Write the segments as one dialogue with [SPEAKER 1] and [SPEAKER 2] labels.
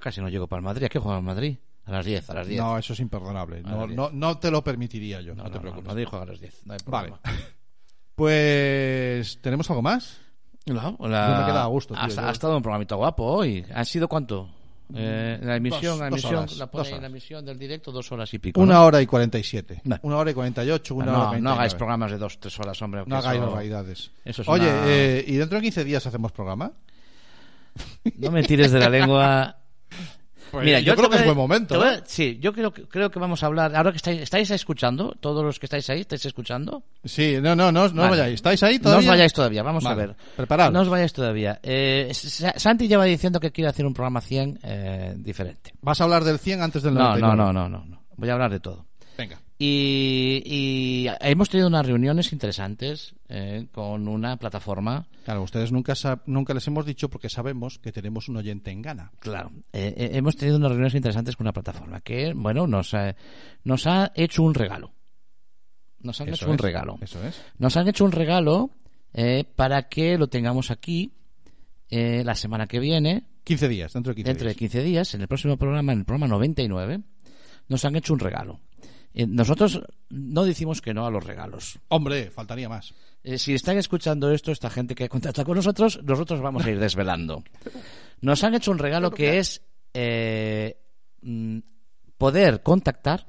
[SPEAKER 1] casi no llego para el Madrid. ¿A qué juega el Madrid? A las 10, a las 10.
[SPEAKER 2] No, eso es imperdonable.
[SPEAKER 1] A
[SPEAKER 2] No,
[SPEAKER 1] las diez.
[SPEAKER 2] no, no te lo permitiría yo. No,
[SPEAKER 1] No,
[SPEAKER 2] te preocupes.
[SPEAKER 1] el Madrid juega a las 10. No hay
[SPEAKER 2] vale.
[SPEAKER 1] problema.
[SPEAKER 2] Pues. ¿Tenemos algo más?
[SPEAKER 1] No, la-
[SPEAKER 2] Yo me he quedado a gusto, tío,
[SPEAKER 1] Ha,
[SPEAKER 2] yo- Mm,
[SPEAKER 1] ha estado un programita guapo hoy. ¿Ha sido cuánto? Eh, la emisión,
[SPEAKER 2] dos
[SPEAKER 1] la emisión,
[SPEAKER 2] horas,
[SPEAKER 1] la, pone
[SPEAKER 2] dos
[SPEAKER 1] ahí, la
[SPEAKER 2] horas.
[SPEAKER 1] emisión del directo, dos horas y pico.
[SPEAKER 2] Una
[SPEAKER 1] ¿no?
[SPEAKER 2] hora y 47.
[SPEAKER 1] Vale.
[SPEAKER 2] Una hora y 48, una hora y
[SPEAKER 1] No, no
[SPEAKER 2] 49.
[SPEAKER 1] hagáis programas de dos, tres horas, hombre.
[SPEAKER 2] No
[SPEAKER 1] que
[SPEAKER 2] hagáis
[SPEAKER 1] eso-
[SPEAKER 2] barbaridades.
[SPEAKER 1] eso es
[SPEAKER 2] Oye,
[SPEAKER 1] una-
[SPEAKER 2] eh, ¿y dentro de 15 días hacemos programa?
[SPEAKER 1] No me tires de la lengua. Mira,
[SPEAKER 2] Pues yo,
[SPEAKER 1] yo,
[SPEAKER 2] creo
[SPEAKER 1] te
[SPEAKER 2] que es
[SPEAKER 1] voy a-
[SPEAKER 2] buen momento.
[SPEAKER 1] te voy a-
[SPEAKER 2] ¿eh?
[SPEAKER 1] Sí, yo creo, que- creo que vamos a hablar. Ahora que estáis, estáis escuchando, todos los que estáis ahí, ¿estáis escuchando?
[SPEAKER 2] Sí, no, no, no, no os
[SPEAKER 1] Vale.
[SPEAKER 2] vayáis. ¿Estáis ahí
[SPEAKER 1] No
[SPEAKER 2] todavía?
[SPEAKER 1] os vayáis todavía, vamos
[SPEAKER 2] Vale,
[SPEAKER 1] a ver.
[SPEAKER 2] preparaos.
[SPEAKER 1] No os vayáis todavía. Eh, Sa- Santi lleva diciendo que quiere hacer un programa 100 eh, diferente.
[SPEAKER 2] ¿Vas a hablar del 100 antes del
[SPEAKER 1] No,
[SPEAKER 2] 99?
[SPEAKER 1] no, no, no, no, no. Voy a hablar de todo.
[SPEAKER 2] Venga.
[SPEAKER 1] Y, y hemos tenido unas reuniones interesantes eh, con una plataforma.
[SPEAKER 2] Claro, ustedes nunca, sab- nunca les hemos dicho porque sabemos que tenemos un oyente en Ghana.
[SPEAKER 1] Claro, eh, eh, hemos tenido unas reuniones interesantes con una plataforma que, bueno, nos ha, nos ha hecho un regalo. Nos han
[SPEAKER 2] Eso
[SPEAKER 1] hecho un
[SPEAKER 2] es,
[SPEAKER 1] regalo.
[SPEAKER 2] Eso es.
[SPEAKER 1] Nos han hecho un regalo eh, para que lo tengamos aquí eh, la semana que viene,
[SPEAKER 2] 15 días, dentro de 15
[SPEAKER 1] dentro de
[SPEAKER 2] días.
[SPEAKER 1] 15 días, en el próximo programa, en el programa 99, nos han hecho un regalo. Eh, nosotros no decimos que no a los regalos.
[SPEAKER 2] Hombre, faltaría más.
[SPEAKER 1] Eh, si están escuchando esto, esta gente que contacta con nosotros, nosotros vamos a ir desvelando. Nos han hecho un regalo que es eh, mm, poder contactar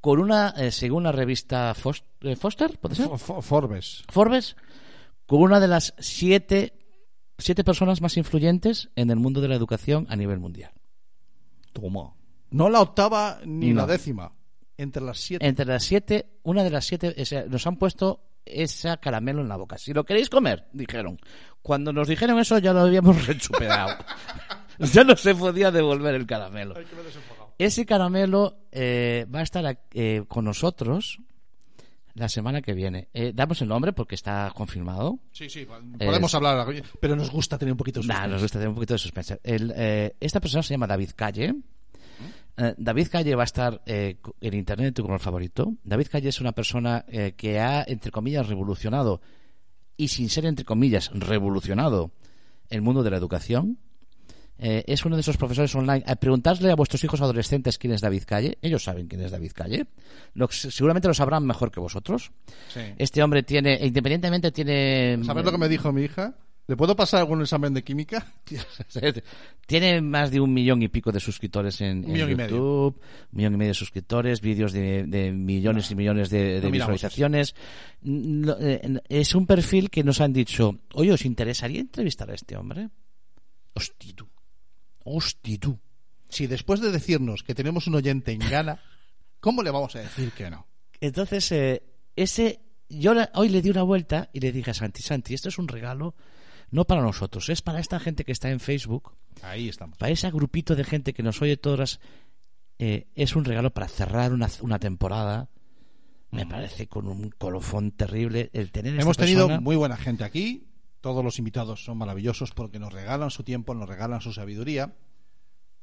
[SPEAKER 1] con una, eh, según la revista Fos- eh, Foster, ¿puede ser?
[SPEAKER 2] Fo- fo- Forbes.
[SPEAKER 1] Forbes, con una de las siete, siete personas más influyentes en el mundo de la educación a nivel mundial.
[SPEAKER 2] Toma. No la octava ni
[SPEAKER 1] No.
[SPEAKER 2] la décima. Entre las siete.
[SPEAKER 1] Entre las siete, una de las siete, o sea, nos han puesto esa caramelo en la boca. Si lo queréis comer, dijeron. Cuando nos dijeron eso ya lo habíamos recuperado. ya no se podía devolver el caramelo. Ese caramelo eh, va a estar ac- eh, con nosotros la semana que viene. Eh, damos el nombre porque está confirmado.
[SPEAKER 2] Sí, sí, va- podemos
[SPEAKER 1] Es-
[SPEAKER 2] hablar. Pero nos gusta tener un poquito de
[SPEAKER 1] Nah,
[SPEAKER 2] suspense.
[SPEAKER 1] nos gusta tener un poquito de suspense. El, eh, esta persona se llama David
[SPEAKER 2] ¿Mm?
[SPEAKER 1] Calle. Eh, David Calle va a estar eh, co- en internet como el favorito. David Calle es una persona eh, que ha, entre comillas, revolucionado y sin ser, entre comillas, revolucionado el mundo de la educación. Eh, es uno de esos profesores online. Al preguntarle a vuestros hijos adolescentes quién es David Calle, ellos saben quién es David Calle. Lo- seguramente lo sabrán mejor que vosotros.
[SPEAKER 2] Sí.
[SPEAKER 1] Este hombre tiene, independientemente tiene...
[SPEAKER 2] ¿Sabes lo que me dijo mi hija? ¿Le puedo pasar algún examen de química?
[SPEAKER 1] Tiene más de un millón y pico de suscriptores en, en
[SPEAKER 2] Millón y medio.
[SPEAKER 1] YouTube, un millón y medio de suscriptores, vídeos de, de millones y millones de, de
[SPEAKER 2] no miramos
[SPEAKER 1] visualizaciones. Mm, lo- eh, Es un perfil que nos han dicho, oye, ¿os interesaría entrevistar a este hombre? Hosti tú. Hosti tú.
[SPEAKER 2] Si después de decirnos que tenemos un oyente en Ghana, ¿cómo le vamos a decir que no?
[SPEAKER 1] Entonces, eh, ese yo la- hoy le di una vuelta y le dije a Santi, Santi, esto es un regalo no para nosotros, es para esta gente que está en Facebook,
[SPEAKER 2] Ahí estamos.
[SPEAKER 1] para ese grupito de gente que nos oye todas las- eh, es un regalo para cerrar una, una temporada me parece con un colofón terrible el tener
[SPEAKER 2] Hemos
[SPEAKER 1] esta
[SPEAKER 2] tenido
[SPEAKER 1] persona.
[SPEAKER 2] muy buena gente aquí. Todos los invitados son maravillosos porque nos regalan su tiempo, nos regalan su sabiduría.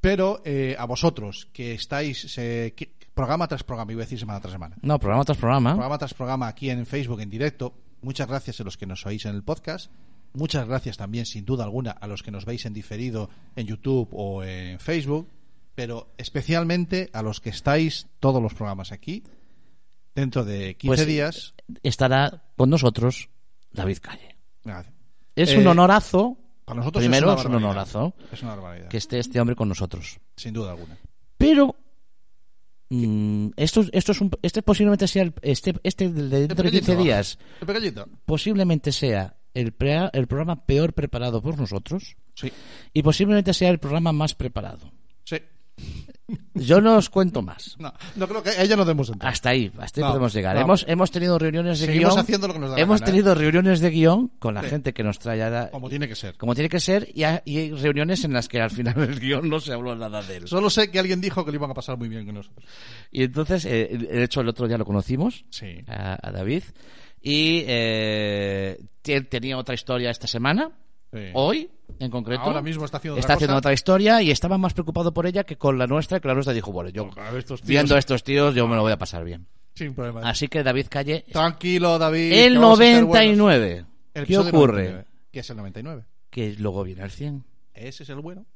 [SPEAKER 2] Pero eh, a vosotros que estáis eh, que- programa tras programa, iba a decir semana tras semana,
[SPEAKER 1] no programa tras programa
[SPEAKER 2] programa tras programa aquí en Facebook en directo, muchas gracias a los que nos oís en el podcast. Muchas gracias también, sin duda alguna, a los que nos veis en diferido en YouTube o en Facebook, pero especialmente a los que estáis todos los programas aquí. Dentro de 15
[SPEAKER 1] Pues,
[SPEAKER 2] días.
[SPEAKER 1] estará con nosotros David Calle
[SPEAKER 2] Nada.
[SPEAKER 1] es
[SPEAKER 2] Eh,
[SPEAKER 1] un honorazo
[SPEAKER 2] Para nosotros
[SPEAKER 1] primero
[SPEAKER 2] es, una
[SPEAKER 1] es un
[SPEAKER 2] barbaridad.
[SPEAKER 1] honorazo
[SPEAKER 2] Es una barbaridad.
[SPEAKER 1] que esté este hombre con nosotros
[SPEAKER 2] Sin duda alguna.
[SPEAKER 1] pero mm, esto, esto es un, este posiblemente sea el- este, este de dentro de 15
[SPEAKER 2] pequeñito.
[SPEAKER 1] días
[SPEAKER 2] El pequeñito.
[SPEAKER 1] posiblemente sea el, prea- el programa peor preparado por nosotros
[SPEAKER 2] Sí,
[SPEAKER 1] y posiblemente sea el programa más preparado.
[SPEAKER 2] sí.
[SPEAKER 1] Yo no os cuento más.
[SPEAKER 2] No, no creo que a ella nos demos entrada.
[SPEAKER 1] Hasta ahí, hasta ahí
[SPEAKER 2] No,
[SPEAKER 1] podemos llegar.
[SPEAKER 2] no.
[SPEAKER 1] Hemos, hemos tenido reuniones de
[SPEAKER 2] Seguimos
[SPEAKER 1] guión.
[SPEAKER 2] haciendo lo que nos da la
[SPEAKER 1] hemos
[SPEAKER 2] gana, ¿eh?
[SPEAKER 1] tenido reuniones de guión con la
[SPEAKER 2] Sí.
[SPEAKER 1] gente que nos trae ahora-
[SPEAKER 2] Como tiene que ser.
[SPEAKER 1] Ah. como tiene que ser y, ha- y hay reuniones en las que al final el guión no se habló nada de él.
[SPEAKER 2] Solo sé que alguien dijo que lo iban a pasar muy bien con nosotros.
[SPEAKER 1] Y entonces, eh, el- de hecho, el otro día lo conocimos
[SPEAKER 2] Sí.
[SPEAKER 1] a, a David y eh, él tenía otra historia esta semana.
[SPEAKER 2] Sí.
[SPEAKER 1] Hoy, en concreto.
[SPEAKER 2] Ahora mismo está haciendo otra
[SPEAKER 1] está haciendo
[SPEAKER 2] cosa.
[SPEAKER 1] otra historia y estaba más preocupado por ella que con la nuestra, que la nuestra dijo, bueno, yo
[SPEAKER 2] Claro, estos tíos-
[SPEAKER 1] viendo a estos tíos yo me lo voy a pasar bien.
[SPEAKER 2] Sin problema.
[SPEAKER 1] Así que David Calle,
[SPEAKER 2] Tranquilo, David.
[SPEAKER 1] el
[SPEAKER 2] que vamos a ser buenos.
[SPEAKER 1] 99.
[SPEAKER 2] El
[SPEAKER 1] ¿Qué
[SPEAKER 2] episodio
[SPEAKER 1] ocurre?
[SPEAKER 2] 99, Que es el 99.
[SPEAKER 1] Que luego viene el 100.
[SPEAKER 2] Ese es el bueno.